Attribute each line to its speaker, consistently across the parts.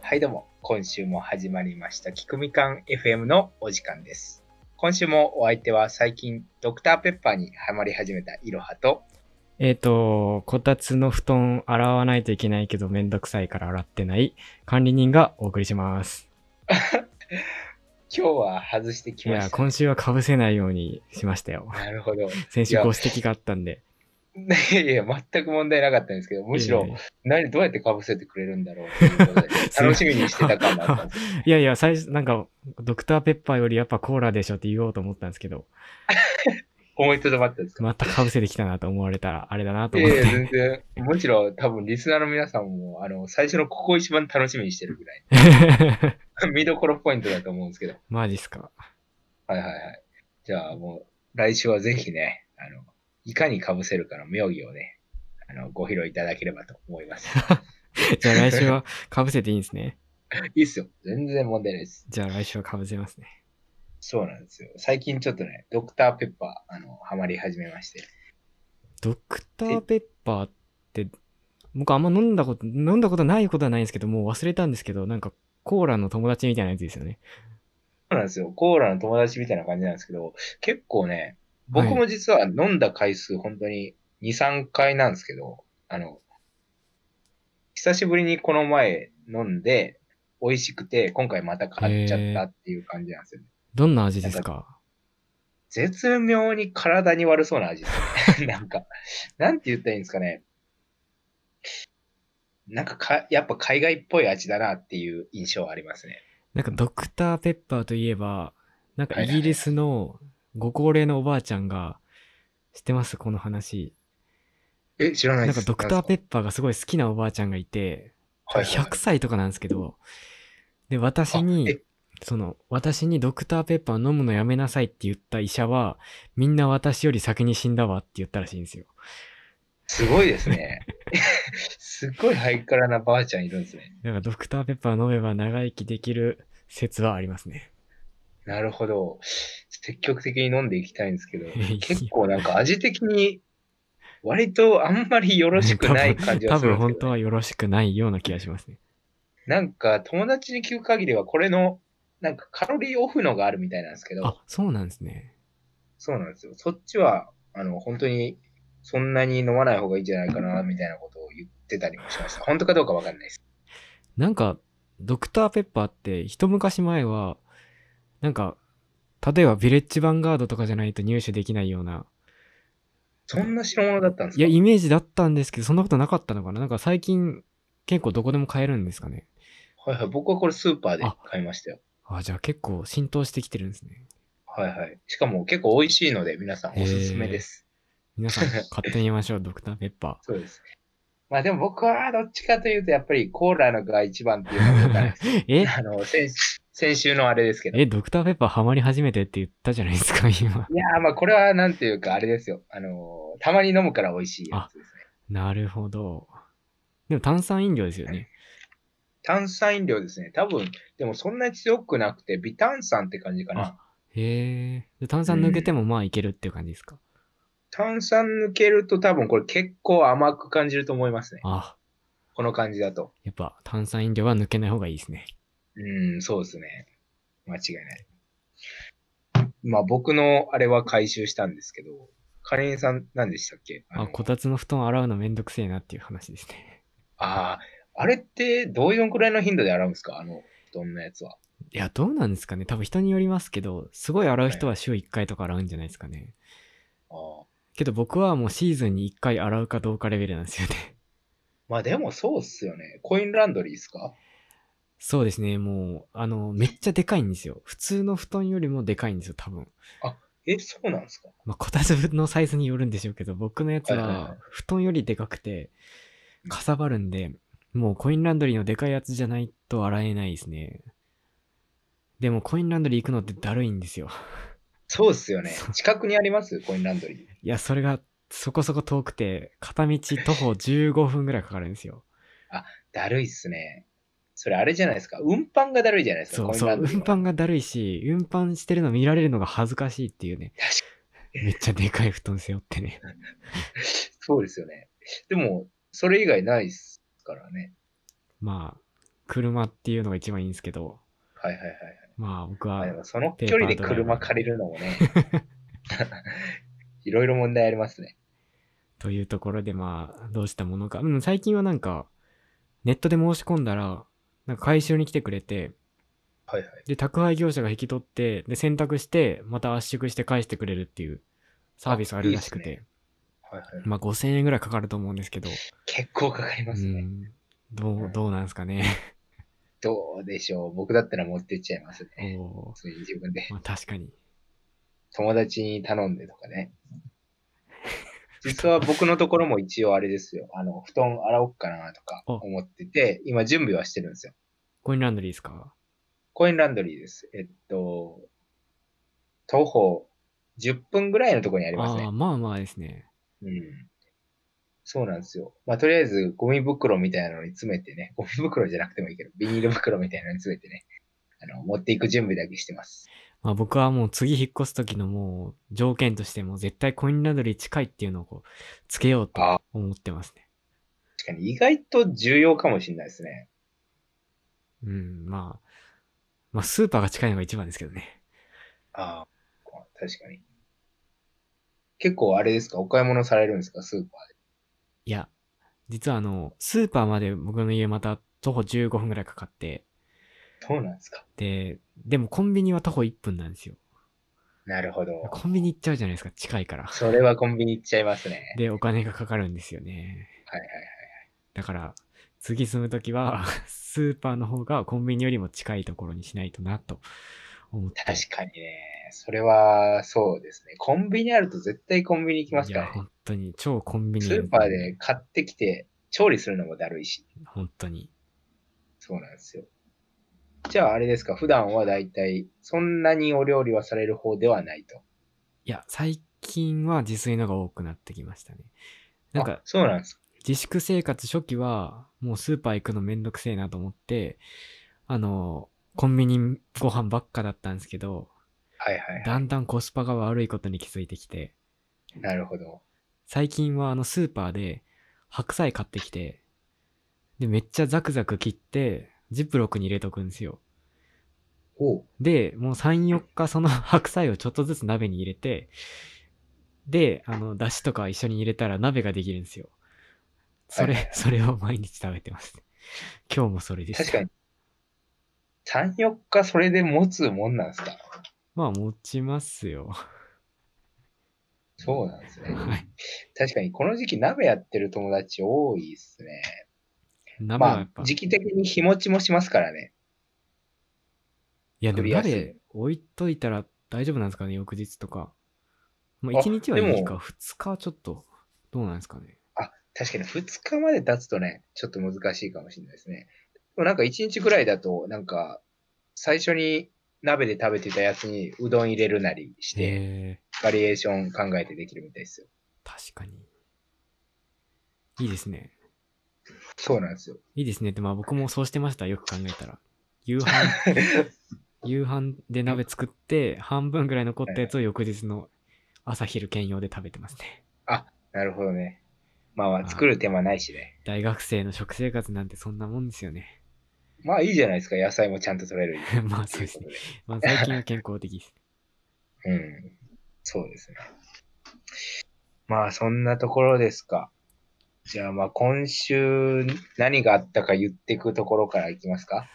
Speaker 1: はいどうも、今週も始まりました、キクミカン FM のお時間です。今週もお相手は最近、ドクターペッパーにハマり始めたイロハと、
Speaker 2: えっ、と、こたつの布団洗わないといけないけどめんどくさいから洗ってない管理人がお送りします。
Speaker 1: 今日は外してき
Speaker 2: い
Speaker 1: ま
Speaker 2: や、
Speaker 1: したね、
Speaker 2: 今週は被せないようにしましたよ。
Speaker 1: なるほど。
Speaker 2: 先週
Speaker 1: いや
Speaker 2: ご指摘があったんで。
Speaker 1: いやいや、全く問題なかったんですけど、むしろ
Speaker 2: いやいや、
Speaker 1: 何、どうやってかぶせてくれるんだろうという ことで
Speaker 2: すごい
Speaker 1: 楽しみにしてた感だったんですけ
Speaker 2: いやいや、最初、なんか、ドクターペッパーよりやっぱコーラでしょって言おうと思ったんですけど、
Speaker 1: ど、思いとどまったんですか
Speaker 2: また被せてきたなと思われたらあれだなと
Speaker 1: い
Speaker 2: 思っ
Speaker 1: やいや、
Speaker 2: て。
Speaker 1: 全然、むしろ多分リスナーの皆さんも、あの、最初のここ一番楽しみにしてるぐらい、 見どころポイントだと思うんですけど、
Speaker 2: マジっすか。
Speaker 1: はいはいはい。じゃあもう、来週はぜひね、あの、いかに被せるかの妙義をね、あの、ご披露いただければと思います。
Speaker 2: じゃあ来週は被せていいんですね。
Speaker 1: いいっすよ。全然問題ないです。
Speaker 2: じゃあ来週は被せますね。
Speaker 1: そうなんですよ。最近ちょっとね、ドクターペッパー、あの、ハマり始めまして。
Speaker 2: ドクターペッパーって、僕あんま飲んだこと、飲んだことないことはないんですけど、もう忘れたんですけど、なんかコーラの友達みたいなやつですよね。
Speaker 1: そうなんですよ。コーラの友達みたいな感じなんですけど、結構ね、僕
Speaker 2: は
Speaker 1: も実は飲んだ回数、本当に2、3回なんですけど、あの、久しぶりにこの前飲んで、美味しくて、今回また買っちゃったっていう感じなんですよね。
Speaker 2: どんな味ですか
Speaker 1: 絶妙に体に悪そうな味 ですね。なんか、なんて言ったらいいんですかね。なんかか、やっぱ海外っぽい味だなっていう印象はありますね。
Speaker 2: なんかドクターペッパーといえば、なんかイギリスのご高齢のおばあちゃんが、知ってますこの話。
Speaker 1: え、知らないで
Speaker 2: なんか
Speaker 1: す。
Speaker 2: ドクターペ
Speaker 1: ッ
Speaker 2: ッパーがすごい好きなおばあちゃんがいて、
Speaker 1: はいはい
Speaker 2: 100歳とかなんですけど、で、私
Speaker 1: あえ
Speaker 2: に、その、私にドクターペッパー飲むのやめなさいって言った医者は、みんな私より先に死んだわって言ったらしいんですよ。
Speaker 1: すごいですね。 すっごいハイカラなばあちゃんいるんですね。
Speaker 2: だからドクターペッパー飲めば長生きできる説はありますね。
Speaker 1: なるほど。積極的に飲んでいきたいんですけど
Speaker 2: いや、
Speaker 1: 結構なんか味的に、割とあんまりよろしくない感じが
Speaker 2: 多
Speaker 1: する
Speaker 2: 分
Speaker 1: んですけ
Speaker 2: 本
Speaker 1: ど
Speaker 2: 当
Speaker 1: ね、
Speaker 2: はよろしくないような気がしますね。
Speaker 1: なんか友達に聞く限りはこれの、なんかカロリーオフのがあるみたいなんですけど、
Speaker 2: あ、そうなんですね。
Speaker 1: そうなんですよ。そっちは、あの、本当に、そんなに飲まない方がいいんじゃないかな、みたいなことを言ってたりもしました。本当かどうかわかんないです。
Speaker 2: なんか、ドクターペッパーって一昔前は、なんか、例えばヴィレッジヴァンガードとかじゃないと入手できないような、
Speaker 1: そんな代物だったんです
Speaker 2: い
Speaker 1: か
Speaker 2: や、イメージだったんですけど、そんなことなかったのかななんか最近、結構どこでも買えるんですかね。
Speaker 1: はいはい。僕はこれスーパーで買いましたよ。
Speaker 2: あ、じゃあ結構浸透してきてるんですね。
Speaker 1: はいはい。しかも結構美味しいので、皆さんおすすめです。
Speaker 2: 皆さん、買ってみましょう、ドクターペッパ
Speaker 1: そうです。まあでも僕はどっちかというと、やっぱりコーラのが一番っていうのはわかんないです。
Speaker 2: ー。え
Speaker 1: あの、先先週のあれですけど。い
Speaker 2: え、ドクターペッパーハマり始めてって言ったじゃないですか、今。
Speaker 1: やーまあこれはなんていうかあれですよ。あのーたまに飲むから美味しいやつですね。
Speaker 2: なるほど。でも炭酸飲料ですよね。
Speaker 1: 炭酸飲料ですね。多分、でもそんなに強くなくて、微炭酸って感じかな
Speaker 2: あ。へえ。で炭酸抜けてもまあいけるっていう感じですか。
Speaker 1: 炭酸抜けると多分これ結構甘く感じると思いますね。
Speaker 2: あ、
Speaker 1: この感じだと。
Speaker 2: やっぱ炭酸飲料は抜けない方がいいですね。
Speaker 1: うん、そうですね。間違いない。まあ僕のあれは回収したんですけど、カレンさん何でしたっけあ
Speaker 2: あ、
Speaker 1: の
Speaker 2: こたつの布団洗うのめんどくせえなっていう話ですね。
Speaker 1: あー、あれってどういうくらいの頻度で洗うんですかあの、どんなやつは。
Speaker 2: いや、どうなんですかね。多分人によりますけど、すごい洗う人は週1回とか洗うんじゃないですかね。
Speaker 1: あー
Speaker 2: けど僕はもうシーズンに1回洗うかどうかレベルなんですよね。
Speaker 1: まあでもそうっすよね。コインランドリーですか
Speaker 2: そうですね、もう、あの、めっちゃでかいんですよ。普通の布団よりもでかいんですよ、多分。
Speaker 1: え、そうなんですか
Speaker 2: まあ、こたつのサイズによるんでしょうけど、僕のやつ
Speaker 1: はいはいはい
Speaker 2: は、布団よりでかくて、かさばるんで、もうコインランドリーのでかいやつじゃないと洗えないですね。でも、コインランドリー行くのってだるいんですよ。
Speaker 1: そうっすよね。近くにありますコインランドリー。
Speaker 2: いや、それが、そこそこ遠くて、片道徒歩15分ぐらいかかるんですよ。
Speaker 1: だるいっすね。それあれじゃないですか。運搬がだるいじゃないですか。
Speaker 2: そう
Speaker 1: コイン
Speaker 2: そ
Speaker 1: ラ
Speaker 2: う、
Speaker 1: ン
Speaker 2: 運
Speaker 1: ドリーは
Speaker 2: 搬がだるいし、運搬してるの見られるのが恥ずかしいっていうね。
Speaker 1: 確
Speaker 2: めっちゃでかい布団背負ってね。
Speaker 1: そうですよね。でも、それ以外ないっすからね。
Speaker 2: まあ、車っていうのが一番いいんですけど、
Speaker 1: はいはいはいはい。
Speaker 2: まあ僕
Speaker 1: まあで
Speaker 2: は、
Speaker 1: もその距離で車借りるのも ね、いろいろ問題ありますね。
Speaker 2: というところでまあ、どうしたものか。うん、最近はなんか、ネットで申し込んだら、なんか回収に来てくれて、
Speaker 1: はいはい。
Speaker 2: で、宅配業者が引き取って、で、選択して、また圧縮して返してくれるっていうサービスがあるらしくて、
Speaker 1: あいいはいはい、
Speaker 2: まあ5000円ぐらいかかると思うんですけど、
Speaker 1: 結構かかり
Speaker 2: う
Speaker 1: ますね、
Speaker 2: ん、ど
Speaker 1: う
Speaker 2: う、
Speaker 1: ん
Speaker 2: どうなんですかね。
Speaker 1: どうでしょう。僕だったら持ってっちゃいますね。
Speaker 2: おー
Speaker 1: 普通に自分で。
Speaker 2: まあ確かに。
Speaker 1: 友達に頼んでとかね。実は僕のところも一応あれですよ。あの、布団洗おうかなとか思ってて、今準備はしてるんですよ。
Speaker 2: コインランドリーですか
Speaker 1: コインランドリーです。えっと、徒歩10分ぐらいのところにあります
Speaker 2: ああ
Speaker 1: ね。
Speaker 2: ー、まあまあですね。
Speaker 1: うん。そうなんですよ。まあ、とりあえず、ゴミ袋みたいなのに詰めてね、ゴミ袋じゃなくてもいいけど、ビニール袋みたいなのに詰めてね、あの、持っていく準備だけしてます。
Speaker 2: まあ僕はもう次引っ越す時のもう条件としてもう絶対コインランドリー近いっていうのをこうつけようと
Speaker 1: あ
Speaker 2: 思ってますね。
Speaker 1: 確かに、意外と重要かもしれないですね。
Speaker 2: うん、まあ、まあスーパーが近いのが一番ですけどね。
Speaker 1: ああ。確かに。結構あれですか、お買い物されるんですか、スーパーで。
Speaker 2: いや、実はあの、スーパーまで僕の家また徒歩15分ぐらいかかって、
Speaker 1: どうなんですか
Speaker 2: で、でもコンビニは徒歩1分なんですよ。
Speaker 1: なるほど。
Speaker 2: コンビニ行っちゃうじゃないですか、近いから。
Speaker 1: それはコンビニ行っちゃいますね。
Speaker 2: で、お金がかかるんですよね。
Speaker 1: はいはい
Speaker 2: だから、次住むときは、 スーパーの方がコンビニよりも近いところにしないとな、と思って。
Speaker 1: はい。確かにね。それは、そうですね。コンビニあると絶対コンビニ行きます
Speaker 2: い
Speaker 1: か
Speaker 2: や、
Speaker 1: らね。
Speaker 2: 本当に、超コンビニ。
Speaker 1: スーパーで。買ってきて調理するのもだるいし。
Speaker 2: 本当に。
Speaker 1: そうなんですよ。じゃああれですか、普段はだいたいそんなにお料理はされる方ではないと。
Speaker 2: いや、最近は自炊のが多くなってきましたね。なん
Speaker 1: あ
Speaker 2: か、
Speaker 1: そうなんですか。
Speaker 2: 自粛生活初期は、もうスーパー行くのめんどくせえなと思って、あの、コンビニご飯ばっかだったんですけど、
Speaker 1: はいはいは
Speaker 2: だんだんコスパが悪いことに気づいてきて、
Speaker 1: い。なるほど。
Speaker 2: 最近はあのスーパーで白菜買ってきて、で、めっちゃザクザク切って、ジップロックに入れとくんですよ。
Speaker 1: おう
Speaker 2: で、もう3、4日その 白菜をちょっとずつ鍋に入れて、で、あの、だしとか一緒に入れたら鍋ができるんですよ。そ
Speaker 1: はい
Speaker 2: れ、それを毎日食べてます。今日もそれでした。
Speaker 1: 確かに。3、4日それで持つもんなんですか。
Speaker 2: まあ、持ちますよ。
Speaker 1: そうなんですね。
Speaker 2: はい。
Speaker 1: 確かにこの時期鍋やってる友達多いですね。
Speaker 2: 鍋はや
Speaker 1: ま
Speaker 2: っぱ、
Speaker 1: あ、時期的に日持ちもしますからね。
Speaker 2: いや、で
Speaker 1: 取
Speaker 2: も
Speaker 1: りやすい
Speaker 2: 鍋置いといたら大丈夫なんですかね、翌日とか。ま
Speaker 1: あ
Speaker 2: あ、1日はいい
Speaker 1: で
Speaker 2: か、
Speaker 1: も
Speaker 2: 2日はちょっと、どうなんですかね。
Speaker 1: あ、確かに2日まで経つとね、ちょっと難しいかもしれないですね。でもなんか1日ぐらいだと、なんか、最初に鍋で食べてたやつにうどん入れるなりして、
Speaker 2: え
Speaker 1: バリエーション考えてできるみたいですよ。
Speaker 2: ー、確かに。いいですね。
Speaker 1: そうなんですよ。
Speaker 2: いいですねって、まあ僕もそうしてました、よく考えたら。夕 飯、夕飯で鍋作って、半分ぐらい残ったやつを翌日の朝昼兼用で食べてますね。
Speaker 1: なるほどね。まあまあ、作る手間ないしね。
Speaker 2: 大学生の食生活なんてそんなもんですよね。
Speaker 1: まあいいじゃないですか。野菜もちゃんと取れる。
Speaker 2: まあそうですね
Speaker 1: といこ
Speaker 2: まあ最近は健康的です。
Speaker 1: とで。うん。そうですね。まあそんなところですか。じゃあまあ今週何があったか言ってくところからいきますか。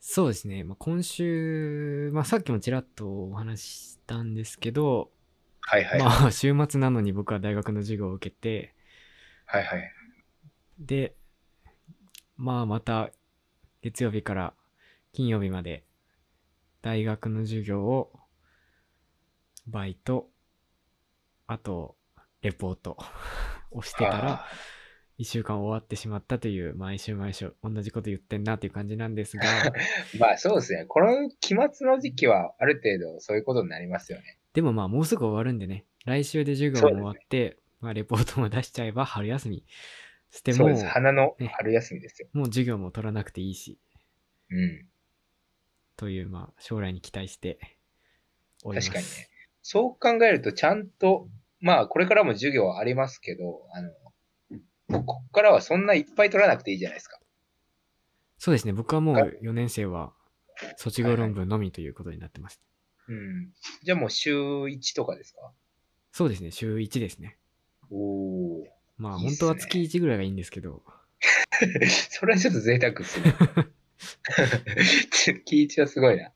Speaker 2: そうですね、まあ、今週、まあさっきもちらっとお話ししたんですけど、
Speaker 1: はいはい。
Speaker 2: まあ 週末なのに僕は大学の授業を受けて、
Speaker 1: はいはい。
Speaker 2: で、まあまた月曜日から金曜日まで大学の授業をバイト、あとレポートをしてたら
Speaker 1: あ
Speaker 2: 1週間終わってしまったという毎週毎週同じこと言ってんなという感じなんですが
Speaker 1: ーまあそうですね。この期末の時期はある程度そういうことになりますよね。
Speaker 2: でもまあもうすぐ終わるんでね来週で授業も終わって、まあ、レポートも出しちゃえば春休みして
Speaker 1: そ
Speaker 2: も
Speaker 1: う
Speaker 2: う
Speaker 1: です。花の
Speaker 2: ね
Speaker 1: 春休みですよ。
Speaker 2: もう授業も取らなくていいし
Speaker 1: うん。
Speaker 2: という、まあ、将来に期待しております。
Speaker 1: 確かにね。そう考えるとちゃんと、まあこれからも授業はありますけど、あの、もうここからはそんないっぱい取らなくていいじゃないですか。
Speaker 2: そうですね、僕はもう
Speaker 1: が
Speaker 2: 4年生は卒業論文のみということになってます。
Speaker 1: うん。じゃあもう週1とかですか
Speaker 2: そうですね、週1ですね。
Speaker 1: おお。
Speaker 2: まあ
Speaker 1: いいっ
Speaker 2: 本
Speaker 1: す
Speaker 2: 当
Speaker 1: ね
Speaker 2: は月1ぐらいがいいんですけど、
Speaker 1: それはちょっと贅沢っすね。 月一はすごいな。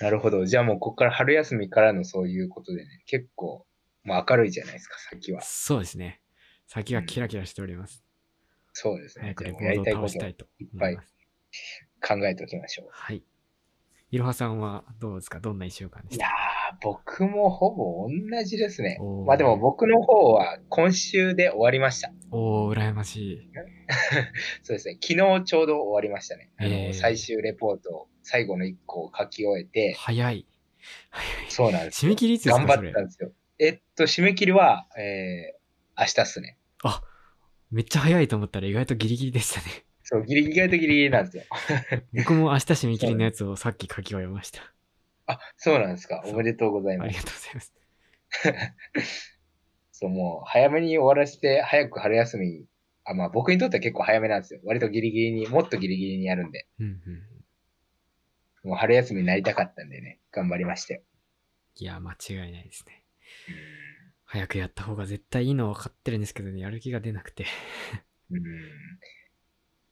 Speaker 1: なるほど。じゃあもうここから春休みからのそういうことでね、結構、もう明るいじゃないですか、先は。
Speaker 2: そうですね、先がキラキラしております。
Speaker 1: そうですね
Speaker 2: 早。くレ
Speaker 1: で
Speaker 2: コ
Speaker 1: もや
Speaker 2: ード
Speaker 1: り
Speaker 2: を
Speaker 1: たいこと
Speaker 2: 倒したいと思います。
Speaker 1: 考えておきましょう。
Speaker 2: はい。いろはさんはどうですかどんな1週間で
Speaker 1: い
Speaker 2: し
Speaker 1: や
Speaker 2: た
Speaker 1: ー、僕もほぼ同じですね
Speaker 2: おー。
Speaker 1: まあでも僕の方は今週で終わりました。
Speaker 2: おお羨ましい。
Speaker 1: そうですね。昨日ちょうど終わりましたね。あの、
Speaker 2: えー
Speaker 1: 最終レポート、最後の1個を書き終えて、
Speaker 2: 早い。早い。
Speaker 1: そうなんです
Speaker 2: 締
Speaker 1: よ
Speaker 2: め切りいつです
Speaker 1: 頑
Speaker 2: か
Speaker 1: 張
Speaker 2: そ
Speaker 1: っ
Speaker 2: れ
Speaker 1: た。んですよ。えっと、締め切りは、えー、明日っすね。
Speaker 2: あめっちゃ早いと思ったら意外とギリギリでした ね。
Speaker 1: そう、ギリギリ意外とギリギリなんですよ。
Speaker 2: 僕も明日締め切りのやつをさっき書き終えました。
Speaker 1: あ、そうなんですか。
Speaker 2: そう
Speaker 1: おめでとうござい
Speaker 2: あ
Speaker 1: ま
Speaker 2: り
Speaker 1: す。
Speaker 2: がとうございます。
Speaker 1: そう、もう、早めに終わらせて、早く春休み、あ、まあ、僕にとっては結構早めなんですよ。割とギリギリに、もっとギリギリにやるんで、
Speaker 2: うんうん。
Speaker 1: もう春休みになりたかったんでね、頑張りましたよ。
Speaker 2: いや、間違いないですね。早くやった方が絶対いいのは分かってるんですけどね、やる気が出なくて。
Speaker 1: うん。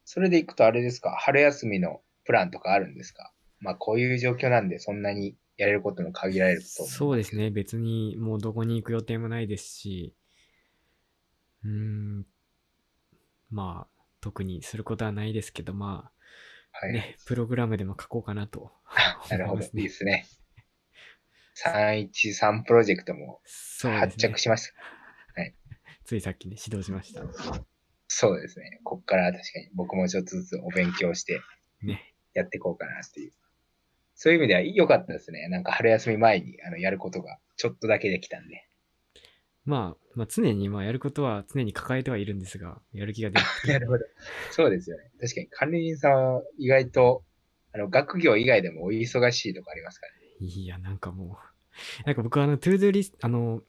Speaker 1: それでいくと、あれですか、春休みのプランとかあるんですかまあ、こういう状況なんで、そんなにやれることも限られると思
Speaker 2: そうですね、別にもうどこに行く予定もないですし、うーん、まあ、特にすることはないですけど、ま
Speaker 1: は
Speaker 2: あ、
Speaker 1: い。
Speaker 2: ね、プログラムでも書こうかなと
Speaker 1: なるほ
Speaker 2: 思い
Speaker 1: ど。
Speaker 2: ま
Speaker 1: い
Speaker 2: す
Speaker 1: い
Speaker 2: ね。
Speaker 1: ですね。313プロジェクトも
Speaker 2: そうで
Speaker 1: 発
Speaker 2: すね
Speaker 1: 着。しました。
Speaker 2: ついさっきね、指導しました。
Speaker 1: そうですね。こっから確かに僕もちょっとずつお勉強して
Speaker 2: ね。
Speaker 1: やっていこうかなっていう。そういう意味では良かったですね。なんか春休み前にあのやることがちょっとだけできたんで。
Speaker 2: まあ、まあ、常に、まあ、やることは常に抱えてはいるんですが、やる気が出なく て。
Speaker 1: なるほど。そうですよね。確かに管理人さんは意外とあの学業以外でもお忙しいとかありますからね。
Speaker 2: いや、なんかもう、なんか僕はあの、トゥードゥリスト、あの、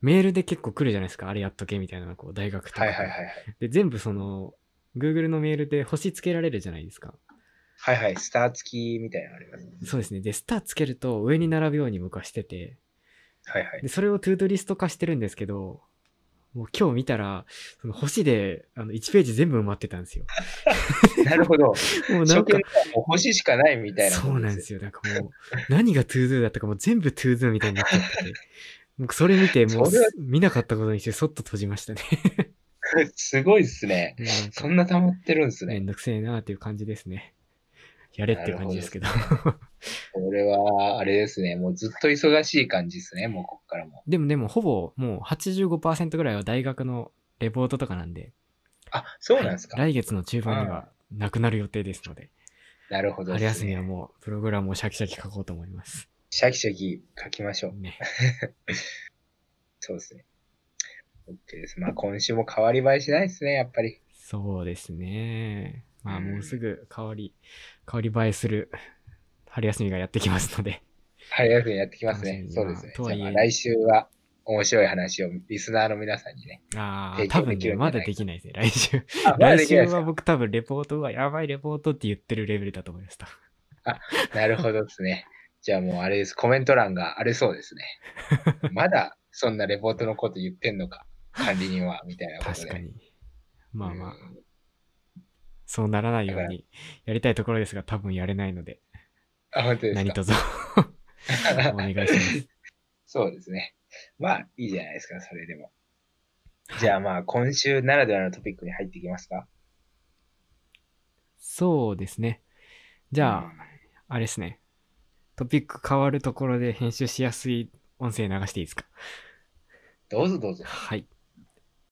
Speaker 2: メールで結構来るじゃないですか、あれやっとけみたいなのがこう、大学とか。
Speaker 1: はいはいはいはい。
Speaker 2: で、全部その、Google のメールで星つけられるじゃないですか。
Speaker 1: はいはい。スター付きみたいなのありますね。
Speaker 2: そうですね。で、スターつけると上に並ぶように僕はしてて、
Speaker 1: はいはい。
Speaker 2: で、それをトゥードリスト化してるんですけど、もう今日見たら、その星で、あの、1ページ全部埋まってたんですよ。
Speaker 1: なるほど。
Speaker 2: もうな
Speaker 1: 初
Speaker 2: んか
Speaker 1: 見、もう星しかないみたいな
Speaker 2: そうなんです
Speaker 1: よ。
Speaker 2: よ。なんかもう、何がトゥードゥだったかもう全部トゥードゥみたいになっちゃって て。僕それ見て、もう
Speaker 1: それは
Speaker 2: 見なかったことにして、そっと閉じましたね。
Speaker 1: すごいっすね。
Speaker 2: もうなんか
Speaker 1: そんな溜まってるんです
Speaker 2: め
Speaker 1: ね。
Speaker 2: んどくせえなっていう感じですね。やれっていう感じですけど。
Speaker 1: これは、あれですね。もうずっと忙しい感じですね。もうこっからも。
Speaker 2: でもでも、ほぼもう85%ぐらいは大学のレポートとかなんで、
Speaker 1: あ、そうなんですか。
Speaker 2: はい来月の中盤にはなくなる予定ですので、
Speaker 1: なるほど、
Speaker 2: 春休みは
Speaker 1: ね。
Speaker 2: もうプログラムをシャキシャキ書こうと思います。
Speaker 1: シャキシャキ書きましょう。
Speaker 2: ね。
Speaker 1: そうですね。OK です。まあ今週も変わり映えしないですね、やっぱり。
Speaker 2: そうですね。まあ
Speaker 1: うん
Speaker 2: もうすぐ変わり、変わり映えする 春休みがやってきますの で、
Speaker 1: 春休みやってきますね。
Speaker 2: 楽しみ
Speaker 1: そ
Speaker 2: だ
Speaker 1: う
Speaker 2: な
Speaker 1: ですね。
Speaker 2: とはいえ
Speaker 1: じゃあまあ来週は面白い話をリスナーの皆さんにね。
Speaker 2: ああ、
Speaker 1: 提
Speaker 2: 多
Speaker 1: 供で
Speaker 2: 分
Speaker 1: き
Speaker 2: ね、
Speaker 1: るんじゃ
Speaker 2: ま
Speaker 1: ないか
Speaker 2: だできないですね、来週。
Speaker 1: あ、まだ
Speaker 2: 来
Speaker 1: できな
Speaker 2: 週
Speaker 1: いです
Speaker 2: は
Speaker 1: か。
Speaker 2: 僕多分レポートがやばいレポートって言ってるレベルだと思います。多分
Speaker 1: なるほどですね。じゃあもうあれです。コメント欄が荒れそうです ね。まだそんなレポートのこと言ってんのか。管理人は、みたいなことで。
Speaker 2: 確かに。まあまあ
Speaker 1: う、ん
Speaker 2: そうならないよう
Speaker 1: だか
Speaker 2: にやりたいところですが、多分やれないので、
Speaker 1: あ、本当ですか。
Speaker 2: 何卒お願いします。
Speaker 1: そうですね。まあ、いいじゃないですか、それでも。じゃあまあ、今週ならではのトピックに入っていきますか。
Speaker 2: そうですね。じ
Speaker 1: じ
Speaker 2: ゃあ、あれですね。トピック変わるところで編集しやすい音声流していいですか
Speaker 1: どうぞどうぞ。
Speaker 2: はい。